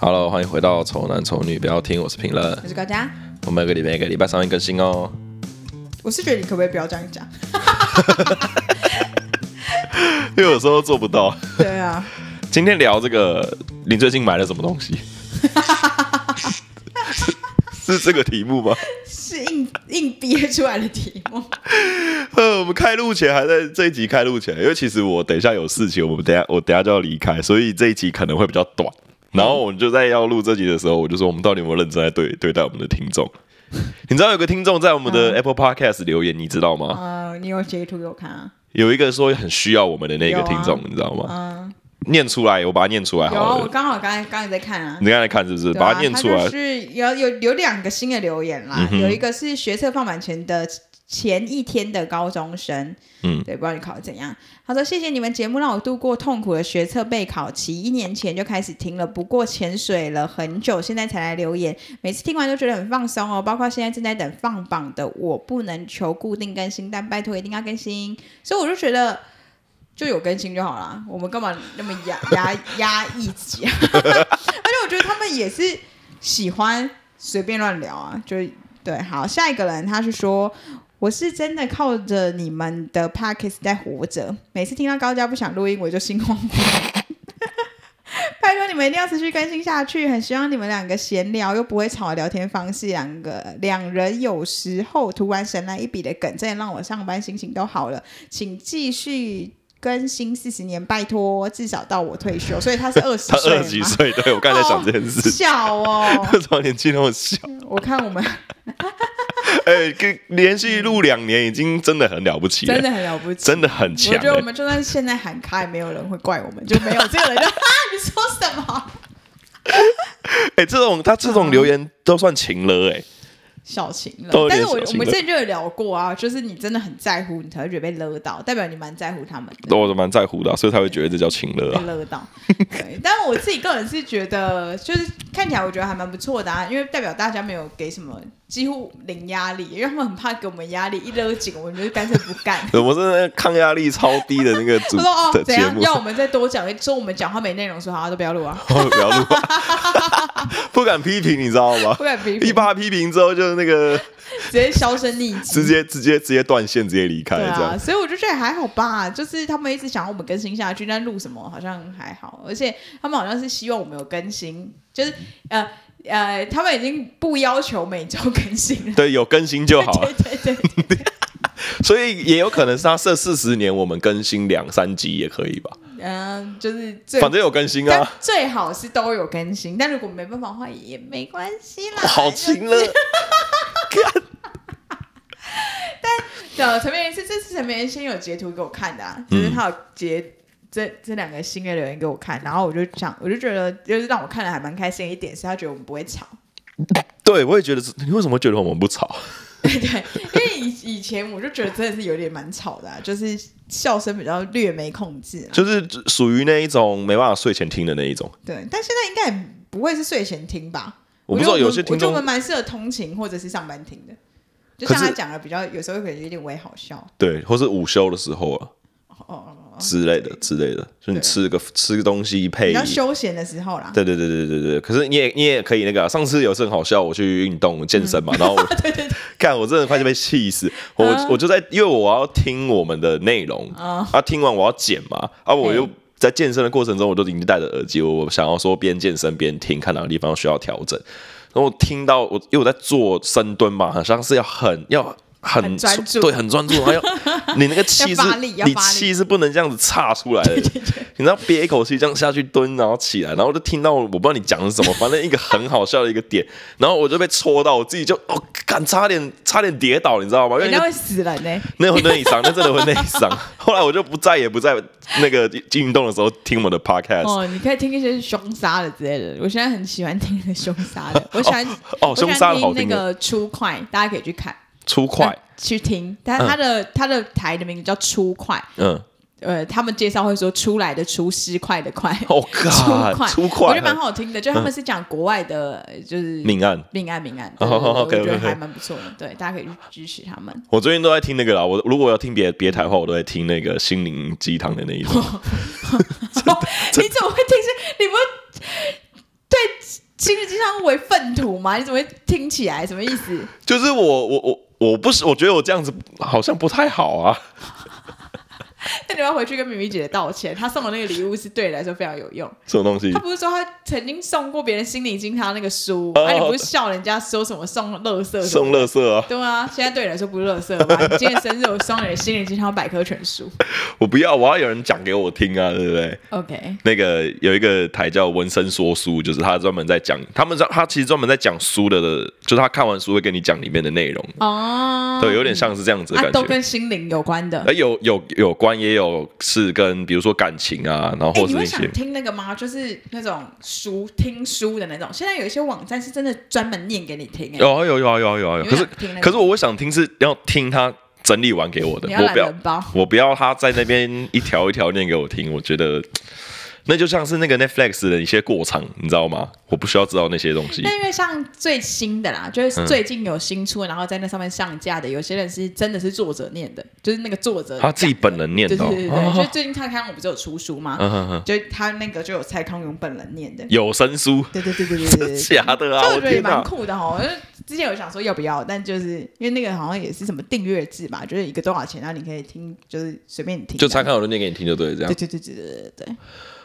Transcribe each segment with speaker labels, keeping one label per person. Speaker 1: Hello，欢迎回到《丑男丑女》，不要听，我是评论
Speaker 2: 我。是高佳。
Speaker 1: 我们每个礼拜每个礼拜三会更新哦。
Speaker 2: 我是觉得你可不可以不要这样讲？
Speaker 1: 因为有时候做不到。
Speaker 2: 对啊，
Speaker 1: 今天聊这个，你最近买了什么东 西？是这个题目吗？
Speaker 2: 是硬硬憋出来的题目。
Speaker 1: 呃，我们开录前还在这一集开录前，因为其实我等一下有事情，我们等一下我等一下就要离开，所以这一集可能会比较短。然后我们就在要录这集的时候，我就说我们到底有没有认真在对对待我们的听众？你知道有个听众在我们的 Apple Podcast 留言，你知道吗？
Speaker 2: 呃，你有截图给我看啊？
Speaker 1: 有一个说很需要我们的那个
Speaker 2: 有啊
Speaker 1: 听众，你知道吗？
Speaker 2: 嗯，
Speaker 1: 念出来，我把它念出来
Speaker 2: 有啊，
Speaker 1: 好
Speaker 2: 我
Speaker 1: 了。
Speaker 2: 刚好刚才刚才在看啊。
Speaker 1: 你刚才看是不是？
Speaker 2: 对
Speaker 1: 把
Speaker 2: 啊
Speaker 1: 它念出来嗯
Speaker 2: 他就。是有有有两个新的留言啦，有一个是学测放榜前的前一天的高中生，
Speaker 1: 嗯
Speaker 2: 对，不知道你考的怎样。他说：“谢谢你们节目，让我度过痛苦的学测备考期。一年前就开始听了，不过潜水了很久，现在才来留言。每次听完都觉得很放松哦。包括现在正在等放榜的我，不能求固定更新，但拜托一定要更新。所以我就觉得。”就有更新就好啦，我们干嘛那么压压压抑自己啊？而且我觉得他们也是喜欢随便乱聊啊，就是对。好，下一个人他是说。我是真的靠着你们的 p o c k e t 在活着，每次听到高家不想录音，我就心慌 慌。拜托你们一定要持续更新下去，很希望你们两个闲聊又不会吵的聊天方式，两个两人有时候突然神来一笔的梗，真的让我上班心情都好了。请继续更新四十年，拜托，至少到我退休。所以他是二十
Speaker 1: 他
Speaker 2: 岁哦
Speaker 1: 二十几
Speaker 2: 嘛，
Speaker 1: 岁，对我刚才在想这件事，
Speaker 2: 小哦。
Speaker 1: 为什么年纪那么 小？
Speaker 2: 我看 我们
Speaker 1: 哎，跟连续录两年，已经真的很了不起了，
Speaker 2: 真的很了不起。
Speaker 1: 真的很强
Speaker 2: 我觉得我
Speaker 1: 欸。
Speaker 2: 们就算现在喊卡，也没有人会怪我们，就没有这个人 就哈，你说什么？
Speaker 1: 哎，这种他这种留言都算情了，
Speaker 2: 嗯
Speaker 1: 哎，
Speaker 2: 小情了
Speaker 1: 都有，
Speaker 2: 但
Speaker 1: 点
Speaker 2: 是我
Speaker 1: 小情
Speaker 2: 我们
Speaker 1: 勒
Speaker 2: 之前就有聊过啊，就是你真的很在乎，你才会觉得被勒到，代表你蛮在乎他们的，
Speaker 1: 我都蛮在乎的啊，所以才会觉得这叫情了
Speaker 2: 被
Speaker 1: 啊。。
Speaker 2: 勒到。对， 但我自己个人是觉得，就是看起来我觉得还蛮不错的啊，因为代表大家没有给什么几乎零压力，因为他们很怕给我们压力，一勒紧我们就干脆不干
Speaker 1: 我是抗压力超低的那个主
Speaker 2: 他说：“哦
Speaker 1: 的，
Speaker 2: 怎
Speaker 1: 节
Speaker 2: 样？
Speaker 1: 目，
Speaker 2: 要我们再多讲，说我们讲话没内容，说好都不要录啊，
Speaker 1: 不要录 啊，不敢批评，你知道吗
Speaker 2: 不？敢 批
Speaker 1: 一
Speaker 2: 评，
Speaker 1: 怕批评之后，就是那个
Speaker 2: 直接销声匿 迹。”
Speaker 1: 直接直接直接断线，直接离开
Speaker 2: 对
Speaker 1: 这样。
Speaker 2: 啊，。所以我就觉得还好吧，就是他们一直想要我们更新下去，但录什么好像还好，而且他们好像是希望我们有更新，就是呃呃，他们已经不要求每周更新了
Speaker 1: 对，有更新就 好了
Speaker 2: 对。对对对，
Speaker 1: 所以也有可能是他设四十年，我们更新两三集也可以吧，
Speaker 2: 嗯、就是最
Speaker 1: 反正有更新
Speaker 2: 但
Speaker 1: 啊。
Speaker 2: 最好是都有更新，但如果没办法的话也没关系 啦。
Speaker 1: 好轻了，
Speaker 2: 的啊陈明仁是这次陈明仁先有截图给我看的、啊，就是他有截这这两个新的留言给我看，然后我就想，我就觉得就是让我看了还蛮开心的一点是他觉得我们不会吵。
Speaker 1: 对我也觉得是，你为什么觉得我们不吵？
Speaker 2: 对，因为以以前我就觉得真的是有点蛮吵的、啊，就是笑声比较略没控制、啊。
Speaker 1: 就是属于那一种没办法睡前听的那一种。
Speaker 2: 对，但现在应该也不会是睡前听吧？
Speaker 1: 我
Speaker 2: 我
Speaker 1: 不
Speaker 2: 觉
Speaker 1: 知道
Speaker 2: 得我
Speaker 1: 有
Speaker 2: 们
Speaker 1: 些听
Speaker 2: 我觉得
Speaker 1: 众
Speaker 2: 我们蛮适合通勤或者是上班听的。就
Speaker 1: 可
Speaker 2: 像他
Speaker 1: 是
Speaker 2: 讲的，比较有时候可能有点微好笑。
Speaker 1: 对，或是午休的时候啊
Speaker 2: 哦哦哦哦，
Speaker 1: 之类的之类的，就你吃个吃个东西配
Speaker 2: 比。较休闲的时候啦。
Speaker 1: 对对对对对对，可是你也你也可以那个啊、上次有次很好笑，我去运动健身嘛，然后我
Speaker 2: 嗯 对对对，
Speaker 1: 看我真的快就被气死，我、
Speaker 2: 啊
Speaker 1: 我就在因为我要听我们的内容啊
Speaker 2: 啊
Speaker 1: 听完我要剪嘛，啊，我又
Speaker 2: 嘿
Speaker 1: 在健身的过程中，我都已经戴着耳机，我想要说边健身边听，看哪个地方需要调整。然后我听到我因为我在做深蹲嘛，好像是要很要很
Speaker 2: 很专注
Speaker 1: 对，很专注， 还要你那个气
Speaker 2: 要
Speaker 1: 是
Speaker 2: 发力要
Speaker 1: 你
Speaker 2: 发力
Speaker 1: 气是不能这样子岔出来的，你知道憋一口气这样下去蹲，然后起来，然后我就听到我不知道你讲的是什么，反正一个很好笑的一个点，然后我就被戳到，我自己就哦，敢差点差点跌倒，你知道吗？因为
Speaker 2: 人
Speaker 1: 那
Speaker 2: 家
Speaker 1: 个
Speaker 2: 会死人呢、
Speaker 1: 那会内伤，那真的会内伤。后来我就不再也不在那个运动的时候听我们的 podcast。
Speaker 2: 哦，你可以听一些凶杀的之类的。我现在很喜欢听那凶 杀的，我喜欢
Speaker 1: 哦
Speaker 2: 我喜
Speaker 1: 凶杀的
Speaker 2: 欢
Speaker 1: 好听
Speaker 2: 听那个出快，大家可以去看。
Speaker 1: 出快，
Speaker 2: 去听，但他的、他的台的名字叫出快，
Speaker 1: 嗯，
Speaker 2: 呃，他们介绍会说出来的出失快的快，
Speaker 1: 哦，
Speaker 2: 出
Speaker 1: God，
Speaker 2: 快，
Speaker 1: 出
Speaker 2: 我
Speaker 1: 快嗯
Speaker 2: 觉得，蛮好听的，就他们是讲国外的，就是
Speaker 1: 命案。
Speaker 2: 命案命案，
Speaker 1: 哦
Speaker 2: 对对对
Speaker 1: 哦，OK，OK，OK
Speaker 2: 我觉得还蛮不错的，对，大家可以去支持他们。
Speaker 1: 我最近都在听那个啦，我如果要听别别台的话，我都在听那个心灵鸡汤的那一种。
Speaker 2: 哦你怎么会听是？你不是对上为粪土吗？你怎么会听起来什么意思？
Speaker 1: 就是我我我我不是，我觉得我这样子好像不太好啊。
Speaker 2: 那你要回去跟米米姐姐道歉，她送的那个礼物是对你来说非常有用。
Speaker 1: 什么东西
Speaker 2: 她？不是说她曾经送过别人心灵鸡汤那个书，啊
Speaker 1: 哦
Speaker 2: 而、你不是笑人家说什么送垃圾什么？
Speaker 1: 送垃圾啊！
Speaker 2: 对啊，现在对你来说不是垃圾吧？你今天生日我送了你心灵鸡汤百科全书。
Speaker 1: 我不要，我要有人讲给我听啊，对不对？
Speaker 2: OK，
Speaker 1: 那个有一个台叫文生说书，就是他专门在讲，他们他其实专门在讲书的，就是他看完书会跟你讲里面的内容，
Speaker 2: 哦，
Speaker 1: 对，有点像是这样子的
Speaker 2: 啊，
Speaker 1: 感
Speaker 2: 都
Speaker 1: 觉。哎
Speaker 2: 跟心灵有关的。
Speaker 1: 而有有有关也有是跟比如说感情啊，然后或
Speaker 2: 哎、你
Speaker 1: 是
Speaker 2: 会
Speaker 1: 一
Speaker 2: 想
Speaker 1: 些
Speaker 2: 听那个吗？就是那种书听书的那种。现在有一些网站是真的专门念给你听、哎，
Speaker 1: 有有有啊有啊有啊有啊，
Speaker 2: 你
Speaker 1: 可
Speaker 2: 会
Speaker 1: 是
Speaker 2: 想听那个
Speaker 1: 可是我会想听是要听他整理完给我的，
Speaker 2: 你要
Speaker 1: 我
Speaker 2: 懒
Speaker 1: 不要
Speaker 2: 人包。
Speaker 1: 我不要他在那边一条一条念给我听，我觉得嗯那就像是那个 Netflix 的一些过场，你知道吗？我不需要知道那些东西。
Speaker 2: 那因为像最新的啦，
Speaker 1: 嗯
Speaker 2: 就是最近有新出，然后在那上面上架的，有些人是真的是作者念的，就是那个作者
Speaker 1: 他自己本人念
Speaker 2: 对
Speaker 1: 的、
Speaker 2: 对
Speaker 1: 哦，
Speaker 2: 对对对，就
Speaker 1: 哦
Speaker 2: 是最近蔡康永不是有出书吗？
Speaker 1: 嗯哼哼，
Speaker 2: 就他那个就有蔡康永本人念的，
Speaker 1: 有声书，
Speaker 2: 对对对对对对对对。
Speaker 1: 假的啊！
Speaker 2: 所
Speaker 1: 我
Speaker 2: 以我觉得也
Speaker 1: 天
Speaker 2: 蛮
Speaker 1: 哪！
Speaker 2: 酷的哈，因为之前有想说要不要，但就是因为那个好像也是什么订阅制吧，就是一个多少钱，然后你可以听，就是随便你听
Speaker 1: 就
Speaker 2: 这样。
Speaker 1: 参考我就念给你听就对了，这样
Speaker 2: 对。对对对对对对，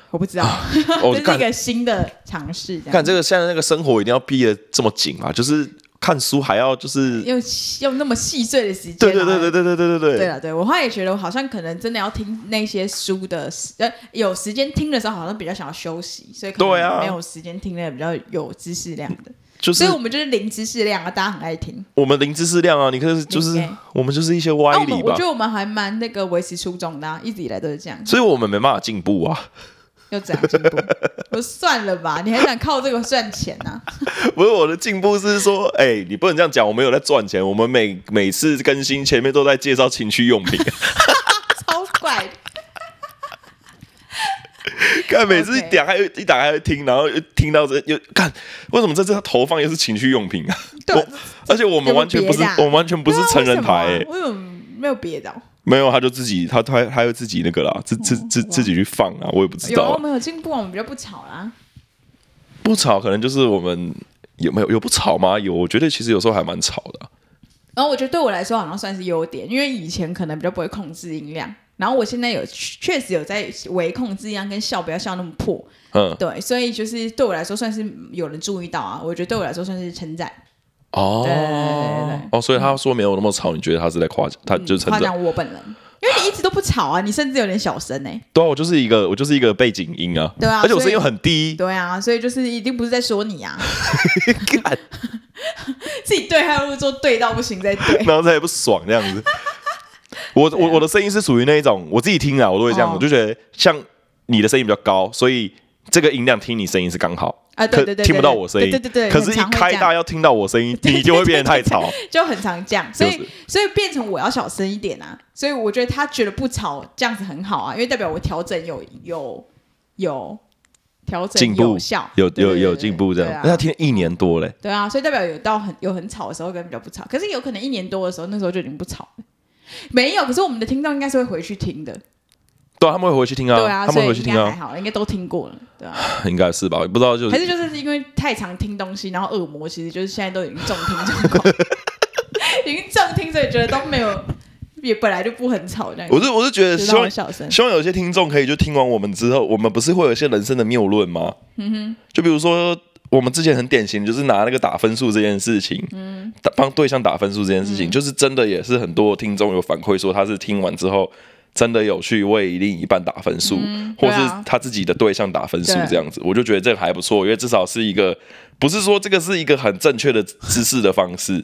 Speaker 2: 我不知道，
Speaker 1: 哦我
Speaker 2: 这是一
Speaker 1: 看
Speaker 2: 个新的尝试，这样
Speaker 1: 看这个现在那个生活一定要逼得这么紧嘛，就是看书还要就是，
Speaker 2: 用用那么细碎的时间，
Speaker 1: 对对对对
Speaker 2: 然
Speaker 1: 对对对啊
Speaker 2: 后
Speaker 1: 对啊
Speaker 2: 对
Speaker 1: 对，
Speaker 2: 了，对我后来也觉得，我好像可能真的要听那些书的时，呃，有时间听的时候，好像比较想要休息，所以可
Speaker 1: 对啊
Speaker 2: 能没有时间听那个比较有知识量的，
Speaker 1: 就是
Speaker 2: 所以我们就是零知识量啊，大家很爱听。
Speaker 1: 我们零知识量啊，你可是就是
Speaker 2: 零哎
Speaker 1: 我们哦就是一些
Speaker 2: 那
Speaker 1: 歪
Speaker 2: 我们
Speaker 1: 理
Speaker 2: 哦我
Speaker 1: 吧
Speaker 2: 觉，得我们还蛮那个维持初衷的、啊，一直以来都是这样，
Speaker 1: 所以我们没办法进步啊。
Speaker 2: 要怎样进步？我说算了吧，你还想靠这个赚钱呢、啊？
Speaker 1: 不是我的进步是说，哎、你不能这样讲，我们有在赚钱，我们每每次更新前面都在介绍情趣用 品，
Speaker 2: 超怪的，
Speaker 1: 看每次
Speaker 2: OK
Speaker 1: 打开一打开就听，然后又听到这又看，为什么这次他投放又是情趣用品啊？
Speaker 2: 对
Speaker 1: 我而且我们完全不是
Speaker 2: 有别的啊，
Speaker 1: 我们完全不是成人台、
Speaker 2: 对
Speaker 1: 哎，
Speaker 2: 啊为什么啊为什么没有别的哦、
Speaker 1: 没有，他就自己他他他会自己那个啦，自自自自己去放啊，我也不知
Speaker 2: 哦有啊我
Speaker 1: 道，
Speaker 2: 们有进步啊，我们比较不吵啦。
Speaker 1: 不吵可能就是我们有没有有不吵吗？有，我觉得其实有时候还蛮吵的啊、
Speaker 2: 然后我觉得对我来说好像算是优点，因为以前可能比较不会控制音量，然后我现在有确实有在微控制音量跟笑不要笑那么破，
Speaker 1: 嗯，
Speaker 2: 对，所以就是对我来说算是有人注意到啊，我觉得对我来说算是称赞，
Speaker 1: 哦
Speaker 2: 对对对对对嗯
Speaker 1: 哦，所以他说没有那么吵，你觉得他是在夸奖，他就是称
Speaker 2: 夸
Speaker 1: 赞。
Speaker 2: 奖我本人，因为你一直都不吵啊，你甚至有点小声哎、
Speaker 1: 对啊，我就是一个我就是一个背景音啊，
Speaker 2: 对啊
Speaker 1: 而且我声音
Speaker 2: 所以
Speaker 1: 又很低，
Speaker 2: 对啊，所以就是一定不是在说你啊，
Speaker 1: 干
Speaker 2: 自己对号入座对到不行再对，
Speaker 1: 然后他也不爽这 样子。我我我的声音是属于那一种，我自己听啊，我都会这样，
Speaker 2: 啊哦
Speaker 1: 我就觉得像你的声音比较高，所以这个音量听你声音是刚好
Speaker 2: 啊对
Speaker 1: 可
Speaker 2: 对对
Speaker 1: 听不到
Speaker 2: 对
Speaker 1: 我声音，
Speaker 2: 对对对对
Speaker 1: 可是，一
Speaker 2: 很常会
Speaker 1: 开
Speaker 2: 这样
Speaker 1: 大要听到我声音，你就会变得太吵。
Speaker 2: 就很常这样，所以、
Speaker 1: 就是
Speaker 2: 所以变成我要小声一点啊，所以我觉得他觉得不吵这样子很好啊，因为代表我调整有有有调整
Speaker 1: 进步
Speaker 2: 有效，
Speaker 1: 有
Speaker 2: 对
Speaker 1: 有
Speaker 2: 对
Speaker 1: 有
Speaker 2: 对
Speaker 1: 进步这样，那
Speaker 2: 对
Speaker 1: 他
Speaker 2: 啊
Speaker 1: 听了一年多嘞，
Speaker 2: 对啊，所以代表有到很有很吵的时候跟比较不吵，可是有可能一年多的时候那时候就已经不吵了。没有，可是我们的听众应该是会回去听的，
Speaker 1: 对啊，他们会回去听
Speaker 2: 对啊，
Speaker 1: 他
Speaker 2: 所
Speaker 1: 们
Speaker 2: 以
Speaker 1: 会回去听
Speaker 2: 应该还
Speaker 1: 啊，
Speaker 2: 好，应该都听过了，对啊。
Speaker 1: 应该是吧？不知道就
Speaker 2: 还
Speaker 1: 是
Speaker 2: 是就是因为太常听东西，然后恶魔其实就是现在都已经重听 重狂，已经重听，所以觉得都没有，也本来就不很吵这样。
Speaker 1: 我是我是觉得
Speaker 2: 就
Speaker 1: 希
Speaker 2: 让
Speaker 1: 望
Speaker 2: 我小声，
Speaker 1: 希望有些听众可以就听完我们之后，我们不是会有一些人生的谬论吗？就比如说我们之前很典型，就是拿那个打分数这件事情，打帮对象打分数这件事
Speaker 2: 嗯
Speaker 1: 情，就是真的也是很多听众有反馈说他是听完之后。真的有去为另一半打分数，或
Speaker 2: 对
Speaker 1: 是
Speaker 2: 啊
Speaker 1: 他自己的对象打分数
Speaker 2: 对啊
Speaker 1: 这样子，我就觉得这个还不错，因为至少是一个，不是说这个是一个很正确的知识的方式，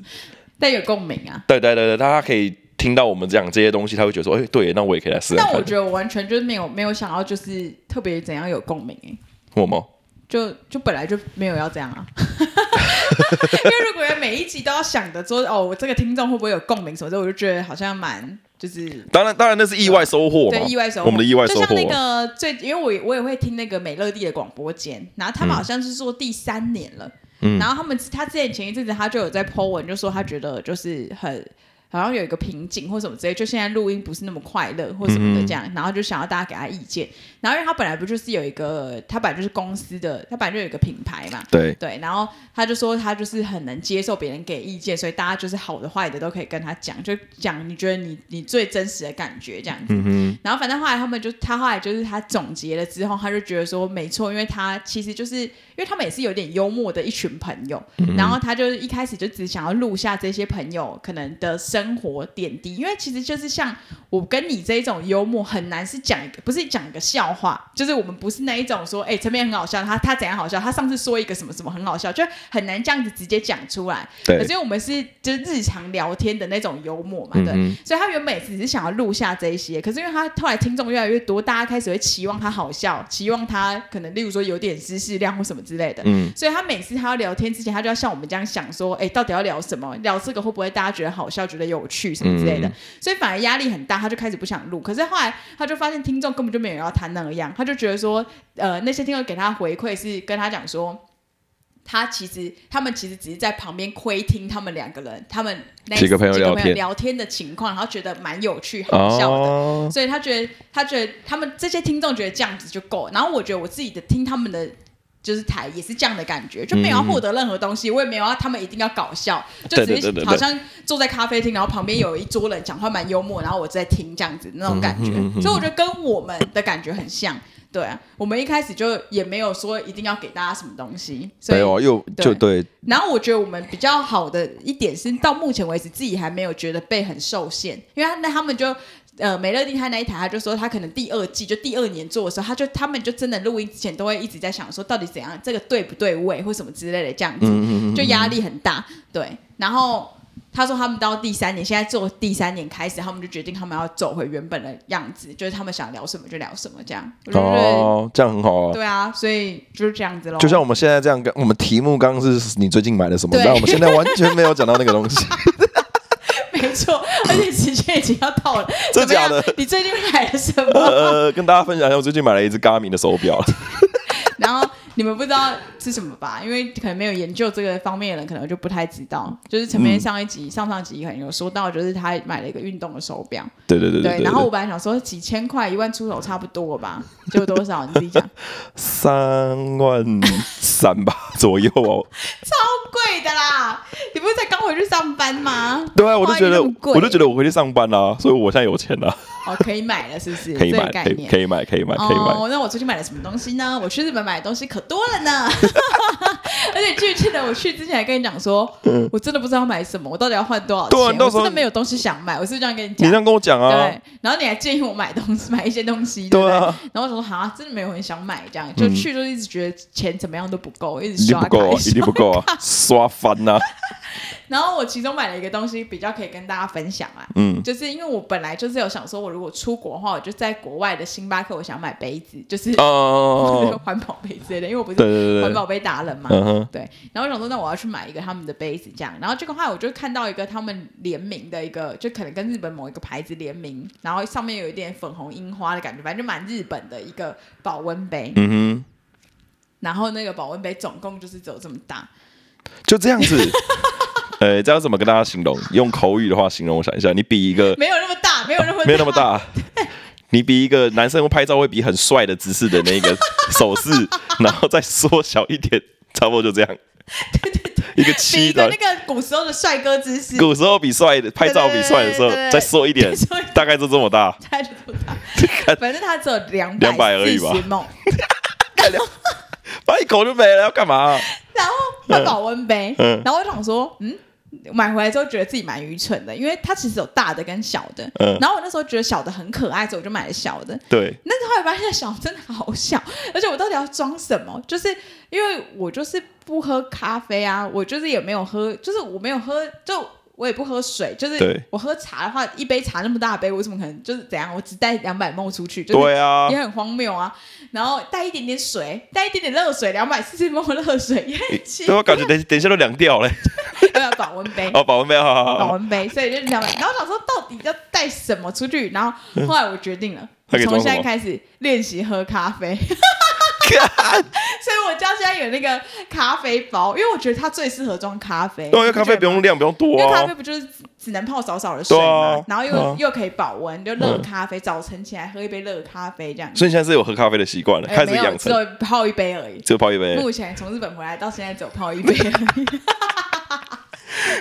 Speaker 2: 但有共鸣啊。
Speaker 1: 对对对对，大家可以听到我们讲这些东西，他会觉得说，哎、对，那我也可以来试试
Speaker 2: 但我
Speaker 1: 看，
Speaker 2: 觉得我完全就是没有没有想要就是特别怎样有共鸣哎、
Speaker 1: 我吗？
Speaker 2: 就就本来就没有要这样啊。 因为如果每一集都要想着说哦，我这个听众会不会有共鸣什么的，我就觉得好像蛮就是
Speaker 1: 当然，当然那是意外收获嘛，
Speaker 2: 对，意外收获。
Speaker 1: 我们的意外收
Speaker 2: 就
Speaker 1: 获
Speaker 2: 像。那个最，因为我也我也会听那个美乐蒂的广播间，然后他们好像是做第三
Speaker 1: 嗯
Speaker 2: 年了，然后他们他之前前一阵子他就有在 po 文，就说他觉得就是很。好像有一个瓶颈或什么之类，就现在录音不是那么快乐或什么的
Speaker 1: 嗯
Speaker 2: 这样，然后就想要大家给他意见。然后因为他本来不就是有一个，他本来就是公司的，他本来就有一个品牌嘛，
Speaker 3: 对，
Speaker 2: 对，然后他就说他就是很能接受别人给意见，所以大家就是好的坏的都可以跟他讲，就讲你觉得你你最真实的感觉这样子。
Speaker 3: 嗯
Speaker 2: 然后反正后来他们就他后来就是他总结了之后，他就觉得说没错，因为他其实就是因为他们也是有点幽默的一群朋友，
Speaker 3: 嗯
Speaker 2: 然后他就是一开始就只想要录下这些朋友可能的生活点滴，因为其实就是像我跟你这一种幽默很难是讲一个不是讲一个笑话，就是我们不是那一种说哎陈明很好笑，他他怎样好笑，他上次说一个什么什么很好笑，就很难这样子直接讲出来。
Speaker 3: 哼，对
Speaker 2: 可，是我们是就是日常聊天的那种幽默嘛，
Speaker 3: 嗯
Speaker 2: 对。
Speaker 3: 哼
Speaker 2: 所以他原本只是想要录下这一些，可是因为他后来听众越来越多，大家开始会期望他好笑，期望他可能例如说有点知识量或什么之类的。
Speaker 3: 嗯，
Speaker 2: 所以他每次他要聊天之前，他就要像我们这样想说，哎、到底要聊什么？聊这个会不会大家觉得好笑、觉得有趣什么之类的？
Speaker 3: 嗯
Speaker 2: 所以反而压力很大，他就开始不想录。可是后来他就发现听众根本就没有要他那样，他就觉得说，呃，那些听众给他回馈是跟他讲说。他其实，他们其实只是在旁边窥听他们两个人，他们那
Speaker 3: 几个朋友聊天
Speaker 2: 聊天的情况，然后觉得蛮有趣、好笑的。
Speaker 3: 哦，
Speaker 2: 所以他觉得，他觉得他们这些听众觉得这样子就够。然后我觉得我自己的听他们的就是台也是这样的感觉，就没有要获得任何东西，我也没有要他们一定要搞笑，就
Speaker 3: 嗯对对
Speaker 2: 只
Speaker 3: 对
Speaker 2: 是
Speaker 3: 对对
Speaker 2: 好像坐在咖啡厅，然后旁边有一桌人讲话蛮幽默，然后我在听这样子那种感觉。
Speaker 3: 嗯嗯嗯嗯
Speaker 2: 所以我觉得跟我们的感觉很像。对啊，我们一开始就也没有说一定要给大家什么东西，所
Speaker 1: 没
Speaker 2: 以
Speaker 1: 有啊，又
Speaker 2: 对
Speaker 1: 就对，
Speaker 2: 然后我觉得我们比较好的一点是，到目前为止自己还没有觉得被很受限，因为他那他们就。呃，美乐蒂他那一台，他就说他可能第二季就第二年做的时候，他就他们就真的录音之前都会一直在想说，到底怎样这个对不对位或什么之类的这样
Speaker 1: 嗯
Speaker 2: 子，就压力很大。对，然后他说他们到第三年，现在做第三年开始，他们就决定他们要走回原本的样子，就是他们想聊什么就聊什么这样。我就觉得、
Speaker 1: 哦，这样很好啊。
Speaker 2: 对啊，所以就是这样子咯。
Speaker 1: 就像我们现在这样，刚我们题目刚刚是你最近买了什么，
Speaker 2: 对
Speaker 1: 但我们现在完全没有讲到那个东 西。
Speaker 2: 没错，而且时间已经要到了，
Speaker 1: 真的假的
Speaker 2: 怎么样？你最近买了什 么？
Speaker 1: 呃，跟大家分享一下，我最近买了一只 Garmin 的手表，
Speaker 2: 然后你们不知道是什么吧？因为可能没有研究这个方面的人，可能就不太知道。就是陈明上一集、上上集可能有说到，就是他买了一个运动的手表，
Speaker 1: 对对对
Speaker 2: 对。
Speaker 1: 对，
Speaker 2: 然后我本来想说几千块、一万出头差不多吧， 就多少？你自己讲，
Speaker 1: 三万三吧左右哦。
Speaker 2: 贵的啦！你不是才刚回去上班吗？
Speaker 1: 对啊，我就觉得，
Speaker 2: 哇你那么贵
Speaker 1: 我就觉得我回去上班啦、所以我现在有钱啦、啊
Speaker 2: 哦，可以买了，是不是？
Speaker 1: 可以
Speaker 2: 这个
Speaker 1: 买，
Speaker 2: 概
Speaker 1: 可以
Speaker 2: 念
Speaker 1: 可以买，可以买，可以买。
Speaker 2: 哦，那我最近买了什么东西呢？我去日本买的东西可多了呢， 而且记不记得我去之前还跟你讲说，我真的不知道买什么，我到底要换多少钱？
Speaker 1: 嗯对啊到
Speaker 2: 我
Speaker 1: 时候
Speaker 2: 真的没有东西想买，我是不是这样跟你
Speaker 1: 你
Speaker 2: 讲。
Speaker 1: 这样跟我讲啊
Speaker 2: 对，，然后你还建议我买东西，买一些东西，对不
Speaker 1: 对
Speaker 2: 对？
Speaker 1: 啊，
Speaker 2: 然后我想说，哈，真的没有很想买，这样就去就一直觉得钱怎么样都不够，一直
Speaker 1: 一定
Speaker 2: 刷
Speaker 1: 不
Speaker 2: 卡。
Speaker 1: 够啊，
Speaker 2: 刷
Speaker 1: 一定不够啊，刷翻呐、
Speaker 2: 然后我其中买了一个东西，比较可以跟大家分享啊，
Speaker 1: 嗯
Speaker 2: 就是因为我本来就是有想说，我如果出国的话，我就在国外的星巴克，我想买杯子，就是
Speaker 1: 哦，
Speaker 2: 环保杯之类的，因为我不是
Speaker 1: 对对对
Speaker 2: 环
Speaker 1: 对，
Speaker 2: 保杯达人嘛。
Speaker 1: 嗯哼，
Speaker 2: 对，然后我想说，那我要去买一个他们的杯子，这样。然后这个话，我就看到一个他们联名的一个，就可能跟日本某一个牌子联名，然后上面有一点粉红樱花的感觉，反正就蛮日本的一个保温杯。
Speaker 1: 嗯
Speaker 2: 然后那个保温杯总共就是只有这么大，
Speaker 1: 哼，就这样子。 呃，这样怎么跟大家形容？用口语的话形容，我想一下，你比一 个
Speaker 2: 没有那么大，没有那么大，
Speaker 1: 没有那么。大， 你比一个男生拍照会比很帅的姿势的那 个手势，然后再缩小一点，差不多就这样。一个
Speaker 2: 比
Speaker 1: 七
Speaker 2: 一个
Speaker 1: 的
Speaker 2: 那，个古时候的帅哥姿势，
Speaker 1: 古时候比帅的拍照比帅的时候
Speaker 2: 对对对对对
Speaker 1: 再缩一 点
Speaker 2: 再缩一点，
Speaker 1: 大概就这么大。
Speaker 2: 大概就这么大，反正它只有两
Speaker 1: 200而已吧
Speaker 2: 梦。
Speaker 1: 把一口就没了，要干嘛？
Speaker 2: 然后买保温杯，
Speaker 1: 嗯
Speaker 2: 然后我就想说，嗯，买回来之后觉得自己蛮愚蠢的，因为它其实有大的跟小的，
Speaker 1: 嗯
Speaker 2: 然后我那时候觉得小的很可爱，所以我就买了小的。
Speaker 1: 对，
Speaker 2: 但是后来发现小的真的好小， 而且我到底要装什么？就是因为我就是不喝咖啡啊，我就是也没有喝，就是我没有喝，就我也不喝水，就是
Speaker 1: 对
Speaker 2: 我喝茶的话，一杯茶那么大杯，我怎么可能就是怎样？我只带两百梦出去，就是
Speaker 1: 对啊
Speaker 2: 也，很荒谬啊。然后带一点点水，带一点点热水，两百四十沫热水也很 奇
Speaker 1: 对我感觉等等一下都凉 掉了。
Speaker 2: 还有保温杯。
Speaker 1: 哦，保温杯，好好
Speaker 2: 保
Speaker 1: 好，
Speaker 2: 温杯，所以就是两百。然后想说到底要带什么出去，然后后来我决定了，
Speaker 1: 嗯那可以
Speaker 2: 从
Speaker 1: 装什么
Speaker 2: 现在开始练习喝咖 啡。所以我家现在有那个咖啡包，因为我觉得它最适合装咖啡。
Speaker 1: 对啊，因为
Speaker 2: 你不
Speaker 1: 咖
Speaker 2: 觉
Speaker 1: 啡
Speaker 2: 得
Speaker 1: 不
Speaker 2: 吗
Speaker 1: 用量，不用多
Speaker 2: 因为咖
Speaker 1: 啊
Speaker 2: 啡。不就是只能泡少少的水嘛，
Speaker 1: 对啊
Speaker 2: 然后又、
Speaker 1: 对啊
Speaker 2: 又可以保温，就热咖啡，早晨起来喝一杯热咖啡这样。
Speaker 1: 所以你现在是有喝咖啡的习惯了，
Speaker 2: 哎
Speaker 1: 开始
Speaker 2: 没有，
Speaker 1: 养
Speaker 2: 只
Speaker 1: 成，
Speaker 2: 有泡一杯而已。
Speaker 1: 只有泡一杯。
Speaker 2: 目前从日本回来到现在只有泡一杯而 已，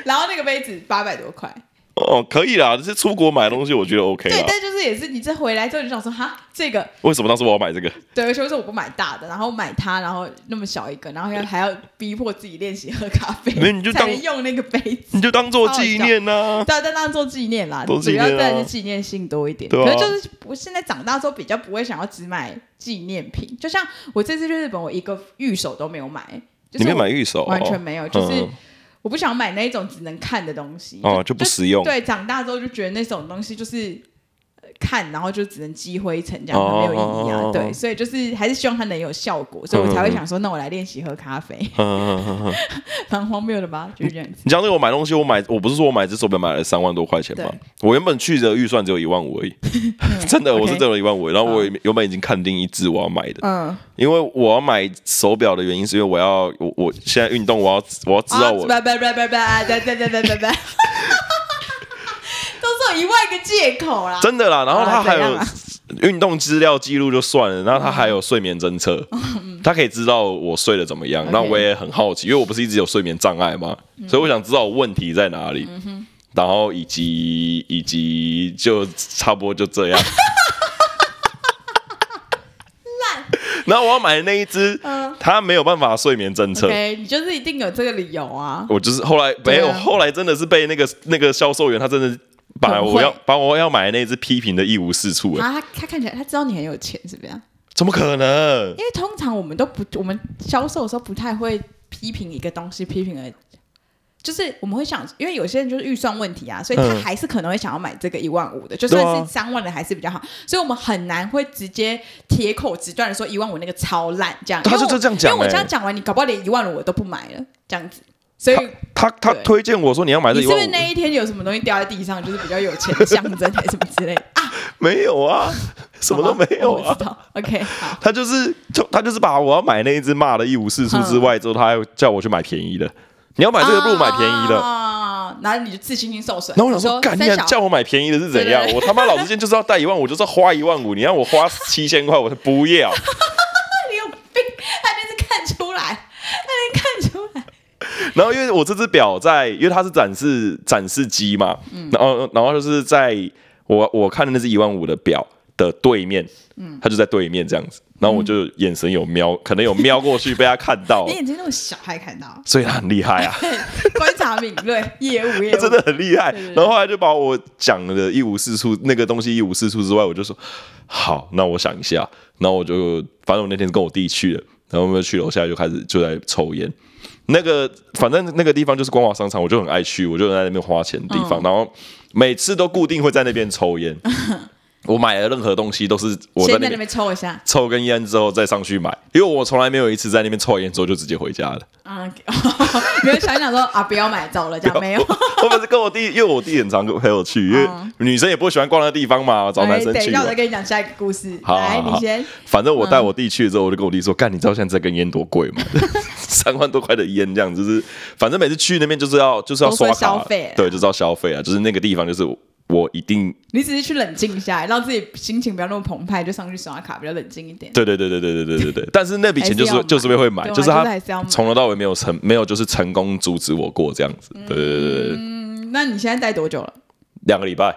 Speaker 2: 然后那个杯子八百多块。
Speaker 1: 哦，可以啦，是出国买的东西，我觉得 OK
Speaker 2: 对，
Speaker 1: 啦。
Speaker 2: 但就是也是你这回来之后你就想说，哈，这个
Speaker 1: 为什么当时我要买这个？
Speaker 2: 对，而且我说我不买大的，然后买它，然后那么小一个，然后要还要逼迫自己练习喝咖啡，
Speaker 1: 没有你就
Speaker 2: 才
Speaker 1: 当
Speaker 2: 能用那个杯子。
Speaker 1: 你就当做纪念啊呐、
Speaker 2: 对，但当做纪念啦，
Speaker 1: 都
Speaker 2: 主
Speaker 1: 纪念
Speaker 2: 要
Speaker 1: 啊
Speaker 2: 当然是纪念性多一点。
Speaker 1: 对啊
Speaker 2: 可是就是我现在长大之后比较不会想要只买纪念品，就像我这次去日本，我一个玉手都没有买，就
Speaker 1: 你
Speaker 2: 是
Speaker 1: 没
Speaker 2: 我
Speaker 1: 买预哦手，
Speaker 2: 完全没有，就是
Speaker 1: 嗯
Speaker 2: 我不想买那种只能看的东西。
Speaker 1: 哦，就不实用。
Speaker 2: 对，长大之后就觉得那种东西就是呃看，然后就只能积灰尘这样，它没有意义啊。
Speaker 1: 哦
Speaker 2: 对，所以就是还是希望它能有效果，所以我才会想说，那我来练习喝咖啡，
Speaker 1: 嗯嗯嗯嗯，
Speaker 2: 蛮荒谬的吧？就是这样子。
Speaker 1: 你像这个我买东西，我买我不是说我买这手表买了三万多块钱吗
Speaker 2: 对？
Speaker 1: 我原本去的预算只有一万五 而已，真的，我是
Speaker 2: 嗯
Speaker 1: 真
Speaker 2: OK
Speaker 1: 的有一万五。然后我原本已经看定一只我要买的，
Speaker 2: 嗯，
Speaker 1: 因为我要买手表的原因是因为我要我我现在运动，我要我要知道我
Speaker 2: 啊不不不不不，对对对对对对， 都是有一万个借口啦。
Speaker 1: 真的啦，然后
Speaker 2: 啊
Speaker 1: 它还
Speaker 2: 怎样
Speaker 1: 有
Speaker 2: 啊
Speaker 1: 运动资料记录就算了，然后它还有睡眠侦测，它可以知道我睡得怎么样。
Speaker 2: 嗯 OK 嗯
Speaker 1: 那我也很好奇，因为我不是一直有睡眠障碍吗？所以我想知道我问题在哪里，然后以及以及就差不多就 这样。 然后我要买的那一只，
Speaker 2: 嗯
Speaker 1: 它没有办法睡眠侦测。
Speaker 2: OK，你就是一定有这个理由啊。
Speaker 1: 我就是后来
Speaker 2: 对
Speaker 1: 没
Speaker 2: 啊
Speaker 1: 有，后来真的是被那个那个销售员，他真的把
Speaker 2: 很
Speaker 1: 我
Speaker 2: 会
Speaker 1: 要把我要买的那只批评的一无是处、哎，
Speaker 2: 啊，他他看起来他知道你很有钱，是不是啊？
Speaker 1: 怎么可能？
Speaker 2: 因为通常我们都不，我们销售的时候不太会批评一个东西，批评了，就是我们会想，因为有些人就是预算问题啊，所以他
Speaker 1: 嗯
Speaker 2: 还是可能会想要买这个一万五的，就
Speaker 1: 对啊
Speaker 2: 算是三万的还是比较好，所以我们很难会直接铁口直断的说一万五那个超烂这样。
Speaker 1: 他就
Speaker 2: 因为我
Speaker 1: 就这样讲
Speaker 2: 因为我
Speaker 1: 欸
Speaker 2: 这样讲完，你搞不好连一万五我都不买了，这样子。所以
Speaker 1: 他他
Speaker 2: 对
Speaker 1: 推荐我说你要买这
Speaker 2: 你
Speaker 1: 一
Speaker 2: 是不
Speaker 1: 万
Speaker 2: 是
Speaker 1: 五，
Speaker 2: 那一天有什么东西掉在地上，就是比较有钱 的象征还是什么之类的？啊，
Speaker 1: 没有 啊，什么都没有
Speaker 2: 好吧我
Speaker 1: 啊
Speaker 2: 不。知道 OK，好，
Speaker 1: 他就是就他就是把我要买那一只骂的一无是处之外，之后他还叫我去买便宜的。你要买这个不如买便宜的。
Speaker 2: 啊，然后你就自信心受损。
Speaker 1: 然后我想
Speaker 2: 你
Speaker 1: 说，干，你
Speaker 2: 三
Speaker 1: 想
Speaker 2: 小
Speaker 1: 叫我买便宜的是怎样
Speaker 2: 对对？
Speaker 1: 我他妈老子今天就是要带一万五，就是要花一万五。你让我花七千块，我说不要。
Speaker 2: 你有病，他就是看出来，他能看出来。
Speaker 1: 然后因为我这只表在，因为它是展示展示机嘛，然后然后就是在我我看的那只一万五的表的对面，它就在对面这样子，然后我就眼神有瞄，可能有瞄过去被他看到
Speaker 2: 你，眼睛那么小，还看到，
Speaker 1: 所以他很厉害啊，
Speaker 2: 观察敏锐，业务业
Speaker 1: 他
Speaker 2: 务，
Speaker 1: 真的很厉害
Speaker 2: 对对。对
Speaker 1: 然后后来就把我讲的一无是处，那个东西一无是处之外，我就说好，那我想一下，然后我就反正我那天是跟我弟去的，然后我们就去楼下就开始就在抽烟。那个反正那个地方就是光华商场，我就很爱去，我就在那边花钱的地
Speaker 2: 嗯
Speaker 1: 方，然后每次都固定会在那边抽 烟。我买的任何东西都是我在那
Speaker 2: 先在那
Speaker 1: 边
Speaker 2: 边抽一下。
Speaker 1: 抽根烟之后再上去买，因为我从来没有一次在那边抽完烟之后就直接回家的。
Speaker 2: 啊， 没有想一想说啊，不要买，走了，这样没有。嗯
Speaker 1: 我每次跟我弟，因为我弟很常跟陪我去，因为女生也不喜欢逛那地方嘛，找男
Speaker 2: 哎
Speaker 1: 生
Speaker 2: 等一
Speaker 1: 去
Speaker 2: 下，
Speaker 1: 嘛
Speaker 2: 我。再跟你讲下一个故事。
Speaker 1: 好
Speaker 2: 来，
Speaker 1: 好好
Speaker 2: 你先。
Speaker 1: 反正我带我弟去之后，我就跟我弟
Speaker 2: 嗯
Speaker 1: 说：“干，你知道现在这根烟多贵吗？ 三万多块的烟，这样就是，反正每次去那边就是要就是要
Speaker 2: 都说
Speaker 1: 刷卡
Speaker 2: 消费啊
Speaker 1: 对，就是要消费啊，就是那个地方就是我一定，
Speaker 2: 你只是去冷静一下，让自己心情不要那么澎湃，就上去刷卡，比较冷静一点。
Speaker 1: 对对对对对对对对对。但是那笔钱就
Speaker 2: 嗯还是要
Speaker 1: 是
Speaker 2: 买
Speaker 1: 就是会买，
Speaker 2: 对啊
Speaker 1: 就是
Speaker 2: 就是
Speaker 1: 他
Speaker 2: 还是要买
Speaker 1: 从头到尾没有成没有就是成功阻止我过这样子，对对对对对，
Speaker 2: 嗯那你现在戴多久了？
Speaker 1: 两个礼 拜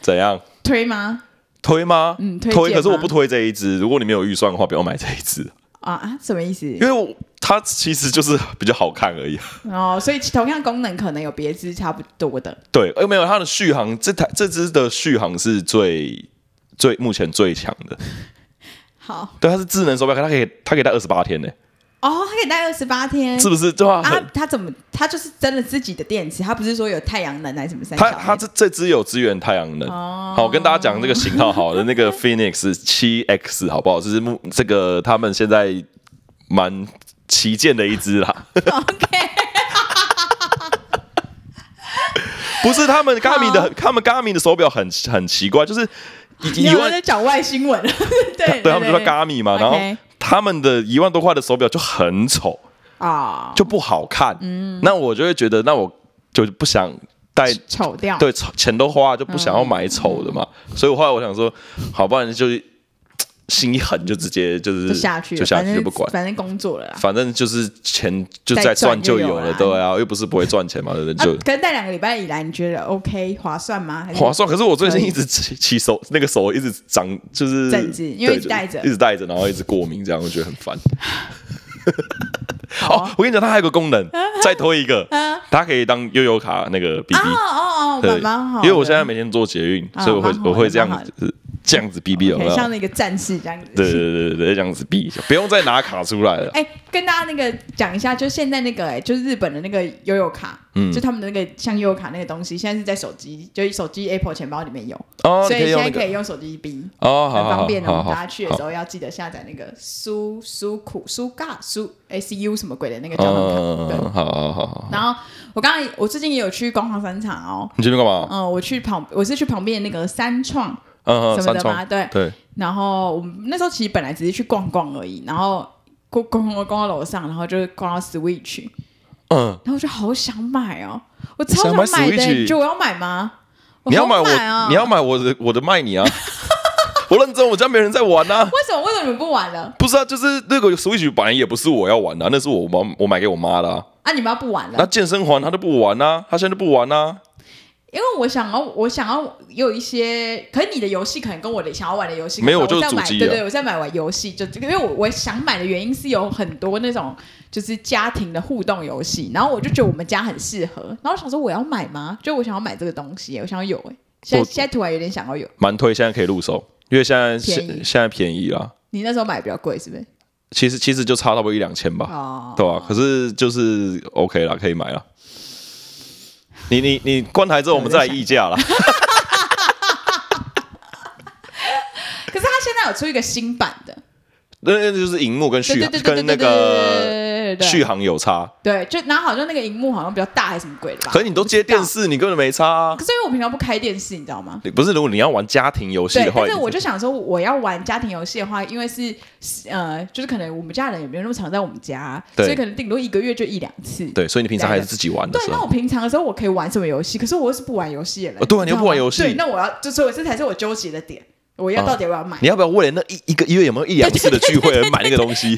Speaker 1: 怎样？”
Speaker 2: 推吗？
Speaker 1: 推吗？
Speaker 2: 嗯推
Speaker 1: 推
Speaker 2: 荐
Speaker 1: 可是我
Speaker 2: 吗
Speaker 1: 不推这一支。如果你没有预算的话，不要买这一 支。
Speaker 2: 啊啊，什么意思？
Speaker 1: 因为我它其实就是比较好看而已。
Speaker 2: 哦，所以同样功能可能有别支差不多的。
Speaker 1: 对，而没有它的续航，这台这支的续航是最最目前最强的。
Speaker 2: 好，
Speaker 1: 对，它是智能手表，它可以它可以戴二十八天呢、
Speaker 2: 哦，它可以戴二十八天，
Speaker 1: 是不是？对啊，
Speaker 2: 啊
Speaker 1: 很，
Speaker 2: 它怎么？它就是真的自己的电池，它不是说有太阳能还是什么三
Speaker 1: 它
Speaker 2: 小哦
Speaker 1: 它这这支有支援太阳能。好，我跟大家讲这个型号好了，那个 Phoenix 七 X 好不好？就是目这个他们现在蛮旗舰的一支啦。 不是他们 Garmin 的，他们 Garmin 的手表很很奇怪，就是一一
Speaker 2: 你们
Speaker 1: 万
Speaker 2: 在讲外 新闻，对
Speaker 1: 对他们就叫 Gami 嘛，然后
Speaker 2: OK
Speaker 1: 他们的一万多块的手表就很丑，
Speaker 2: 啊，嗯
Speaker 1: 就不好看。那我就会觉得，那我就不想带
Speaker 2: 丑 掉。
Speaker 1: 对丑钱都花了，就不想
Speaker 2: 嗯
Speaker 1: 要买丑的嘛。所以我后来我想说，好，不然就是心一狠，就直接就是
Speaker 2: 就下去了，
Speaker 1: 就下
Speaker 2: 反
Speaker 1: 去
Speaker 2: 正
Speaker 1: 就不管。
Speaker 2: 反正工作了啦。
Speaker 1: 反正就是钱就
Speaker 2: 再
Speaker 1: 再
Speaker 2: 赚
Speaker 1: 赚就
Speaker 2: 就有
Speaker 1: 有了
Speaker 2: 啦，
Speaker 1: 对啊，又不是不会赚钱嘛，对不
Speaker 2: 啊
Speaker 1: 对？就，
Speaker 2: 可是带两个礼拜以来，你觉得 OK 划算吗？还是
Speaker 1: 划算。可是我最近一直起起手，那个手一直长，就是
Speaker 2: 疹子因为一直
Speaker 1: 对
Speaker 2: 戴着
Speaker 1: 一直戴着，然后一直过敏，这样我觉得很烦。哦，
Speaker 2: 啊
Speaker 1: 我跟你讲，它还有个功能，
Speaker 2: 嗯
Speaker 1: 再推一个，它可以当悠游卡那个 BB，
Speaker 2: 哦哦哦，
Speaker 1: 嗯对
Speaker 2: 蛮蛮好，
Speaker 1: 因为我现在每天做捷运，
Speaker 2: 啊
Speaker 1: 所以我会
Speaker 2: 蛮好的
Speaker 1: 我会这
Speaker 2: 蛮好
Speaker 1: 样
Speaker 2: 的
Speaker 1: 子这样子 BB 有没
Speaker 2: 很
Speaker 1: 有？
Speaker 2: 像那个战士这样子。
Speaker 1: 对对对对对，这样子 B，不用再拿卡出来了。
Speaker 2: 哎、跟大家那个讲一下，就现在那个、哎，就是日本的那个悠悠卡，嗯，就他们的那个像悠悠卡那个东西，现在是在手机，就是手机 Apple 钱包里面有，
Speaker 1: 哦，
Speaker 2: 所
Speaker 1: 你
Speaker 2: 以
Speaker 1: 可以
Speaker 2: 现
Speaker 1: 用那
Speaker 2: 在可
Speaker 1: 个
Speaker 2: 以用手机 B，、
Speaker 1: 哦，好
Speaker 2: 很
Speaker 1: 好
Speaker 2: 方便的。我
Speaker 1: 好
Speaker 2: 们大
Speaker 1: 好
Speaker 2: 家去的时
Speaker 1: 好，
Speaker 2: 候要记得下载那个苏苏苦苏嘎苏 S U 什么鬼的那个交通卡。对
Speaker 1: 嗯，好好好好。
Speaker 2: 然后我刚才我最近也有去光华商场哦，
Speaker 1: 你这边干嘛？
Speaker 2: 嗯，我去旁我是去旁边的那个三创
Speaker 1: 嗯，嗯
Speaker 2: 什么
Speaker 1: 三
Speaker 2: 的嘛，
Speaker 1: 创，
Speaker 2: 对，
Speaker 1: 对，
Speaker 2: 然后我们那时候其实本来只是去逛逛而已，然后逛逛逛逛到楼上，然后就逛到 Switch，
Speaker 1: 嗯，
Speaker 2: 然后我就好想买哦，我超
Speaker 1: 想买
Speaker 2: 买的，
Speaker 1: Switch
Speaker 2: 你觉得我要买吗？
Speaker 1: 你要
Speaker 2: 好买啊
Speaker 1: 我，你要买我的，我的卖 你啊！我认真，我家没人在玩啊。
Speaker 2: 为什么为什么你们不玩了？
Speaker 1: 不是啊，就是那个 Switch 本来也不是我要玩的啊、那是我妈我买给我妈的、啊。
Speaker 2: 啊，你们要不玩了？
Speaker 1: 那健身环她都不玩啊，她现在都不玩啊。
Speaker 2: 因为我想要，我想要有一些，可是你的游戏可能跟我的想要玩的游戏
Speaker 1: 没有
Speaker 2: 可能
Speaker 1: 我
Speaker 2: 在
Speaker 1: 就是
Speaker 2: 买
Speaker 1: 主机啊
Speaker 2: 对对，我在买玩游戏，就因为我我想买的原因是有很多那种就是家庭的互动游戏，然后我就觉得我们家很适合，然后我想说我要买吗？就我想要买这个东西，我想要有哎、现在
Speaker 1: 我
Speaker 2: 现在突然有点想要有，
Speaker 1: 蛮推，现在可以入手，因为现在
Speaker 2: 便宜
Speaker 1: 现现在便宜啦。
Speaker 2: 你那时候买比较贵是不是？
Speaker 1: 其实其实就差差不多一两千吧，
Speaker 2: 哦，
Speaker 1: 对吧、可是就是 OK 啦，可以买啦。你你你关台之后，我们再来议价啦。
Speaker 2: 可是它现在有出一个新版的，
Speaker 1: 那那就是荧幕跟
Speaker 2: 对
Speaker 1: 续
Speaker 2: 对
Speaker 1: 航
Speaker 2: 对
Speaker 1: 跟
Speaker 2: 对对对
Speaker 1: 那个
Speaker 2: 对对对
Speaker 1: 续航有差，
Speaker 2: 对，就然后好像那个荧幕好像比较大还是什么鬼的吧？
Speaker 1: 可是你都接电视，你根本没差、啊
Speaker 2: 可。是因为我平常不开电视，你知道吗？
Speaker 1: 你不是，如果你要玩家庭游戏
Speaker 2: 对
Speaker 1: 的，话，
Speaker 2: 但是
Speaker 1: 你
Speaker 2: 我就想说，我要玩家庭游戏的话，因为是呃，就是可能我们家人也没有那么常在我们家，
Speaker 1: 对
Speaker 2: 所以可能顶多一个月就一两次。
Speaker 1: 对，所以你平常还是自己玩的
Speaker 2: 对，
Speaker 1: 时
Speaker 2: 那
Speaker 1: 候
Speaker 2: 我，平常的时候我可以玩什么游戏？可是我又是不玩游戏的人。
Speaker 1: 哦对啊你又
Speaker 2: 知道
Speaker 1: 不玩
Speaker 2: 吗
Speaker 1: 游戏
Speaker 2: 对，那我要，就所以这才是我纠结的点。我要
Speaker 1: 啊
Speaker 2: 到底要不要买？
Speaker 1: 你要不要为了那一一个月有没有一两次的聚会而买那个东西？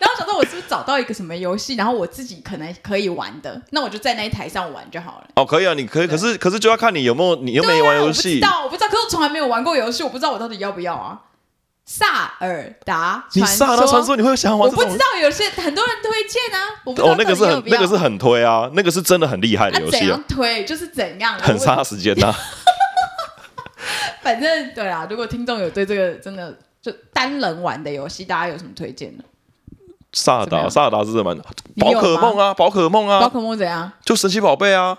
Speaker 2: 然后想说，我是不是找到一个什么游戏，然后我自己可能可以玩的，那我就在那一台上玩就好了。
Speaker 1: 哦，可以啊，你可以，可是可是就要看你有没有，你又没
Speaker 2: 对啊
Speaker 1: 玩游
Speaker 2: 我不知
Speaker 1: 戏，
Speaker 2: 道，我不知道，可是我从来没有玩过游戏，我不知道我到底要不要啊。萨尔达
Speaker 1: 你
Speaker 2: 传说，
Speaker 1: 萨拉传说你会想玩
Speaker 2: 我
Speaker 1: 这
Speaker 2: 不知
Speaker 1: 种？
Speaker 2: 道有些很多人推荐啊，我不知道
Speaker 1: 哦，那个是
Speaker 2: 到底要
Speaker 1: 很
Speaker 2: 不
Speaker 1: 那
Speaker 2: 要
Speaker 1: 个是很推啊，那个是真的很厉害的
Speaker 2: 啊
Speaker 1: 游
Speaker 2: 怎
Speaker 1: 戏
Speaker 2: 样
Speaker 1: 啊，
Speaker 2: 推就是怎样，
Speaker 1: 很
Speaker 2: 我
Speaker 1: 杀时间呐。
Speaker 2: 反正对啊，如果听众有对这个真的就单人玩的游戏，大家有什么推荐的？
Speaker 1: 萨尔
Speaker 2: 怎么
Speaker 1: 达
Speaker 2: 样
Speaker 1: 萨尔达是蛮
Speaker 2: 你有
Speaker 1: 宝
Speaker 2: 吗
Speaker 1: 可梦啊，宝可梦
Speaker 2: 宝
Speaker 1: 啊，
Speaker 2: 可梦怎样？
Speaker 1: 就神奇宝贝啊，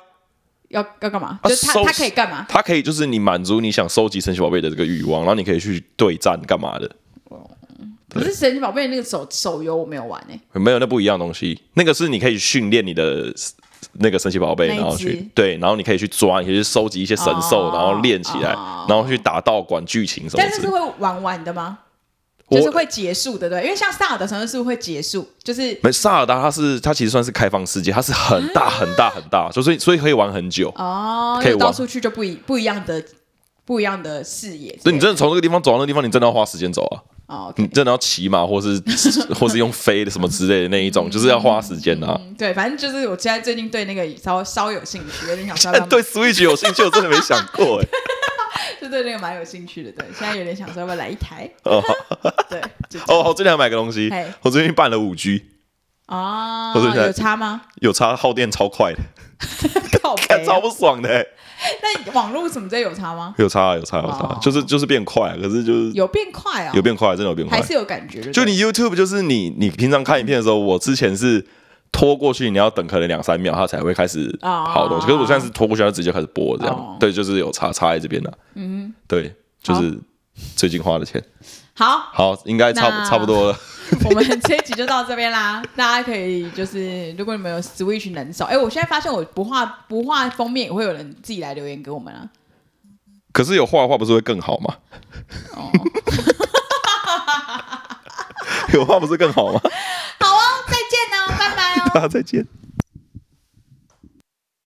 Speaker 2: 要要干嘛？
Speaker 1: 啊
Speaker 2: 就是它
Speaker 1: 收
Speaker 2: 它可以干嘛？
Speaker 1: 它可以就是你满足你想收集神奇宝贝的这个欲望，然后你可以去对战干嘛的。
Speaker 2: 可是神奇宝贝那个手手游我没有玩欸诶，
Speaker 1: 没有，那不一样的东西。那个是你可以训练你的那个神奇宝贝，
Speaker 2: 那一只
Speaker 1: 然后去对，然后你可以去抓，你可以去收集一些神兽，
Speaker 2: 哦
Speaker 1: 然后练起来，
Speaker 2: 哦
Speaker 1: 然后去打道馆剧情什么
Speaker 2: 但是
Speaker 1: 之
Speaker 2: 是
Speaker 1: 类的。
Speaker 2: 会玩完的吗？
Speaker 1: 我
Speaker 2: 就是会结束的，对不对，因为像萨尔达传说是不是会结束，就是
Speaker 1: 没萨尔达，它是它其实算是开放世界，它是很大很大很大，就所以所以可以玩很久。
Speaker 2: 啊哦，
Speaker 1: 可以
Speaker 2: 又到
Speaker 1: 玩
Speaker 2: 处去就不一不一样的不一样的视野之类的。
Speaker 1: 所以你真的从这个地方走到那个地方，你真的要花时间走啊！
Speaker 2: 哦，OK，
Speaker 1: 你真的要骑马，或 是或是用飞的什么之类的那一种，就是要花时间啊。
Speaker 2: 嗯，对，反正就是我现在最近对那个稍稍有兴趣，有点想稍微
Speaker 1: 但哎 对 Switch 有兴趣，我真的没想过 哎。
Speaker 2: 就对那个蛮有兴趣的，对，现在有点想说要不要来一台， 对，就这样
Speaker 1: 哦哦，我最近还买个东西
Speaker 2: 嘿，
Speaker 1: 我最近办了五 G，
Speaker 2: 哦
Speaker 1: 我最近在
Speaker 2: 有 差吗？
Speaker 1: 有差耗电超快的。
Speaker 2: 靠
Speaker 1: 看
Speaker 2: 背、
Speaker 1: 超不爽的、欸，
Speaker 2: 那网络什么这有差吗？
Speaker 1: 有差啊有差有差，
Speaker 2: 哦
Speaker 1: 就是就是变快，啊可是就是
Speaker 2: 有变快啊、
Speaker 1: 有变快，真的有变快
Speaker 2: 还。是有感觉，
Speaker 1: 就你 YouTube 就是你你平常看影片的时候，我之前是拖过去，你要等可能两三秒，它才会开始
Speaker 2: 哦
Speaker 1: 好东西。可是我现在是拖过去，它直接开始播这样。
Speaker 2: 哦
Speaker 1: 对，就是有差差在这边的、嗯，对，就是最近花的钱。
Speaker 2: 好，
Speaker 1: 好，应该差
Speaker 2: 那
Speaker 1: 不差不多了。
Speaker 2: 我们这一集就到这边啦。 大家可以就是，如果你们有 Switch 能手，哎、我现在发现我不画不画封面，也会有人自己来留言给我们啊。
Speaker 1: 可是有画的话，不是会更好吗？
Speaker 2: 哦，
Speaker 1: 有画不是更好吗？
Speaker 2: 好哦，再见哦，拜拜哦。
Speaker 1: 大家再见。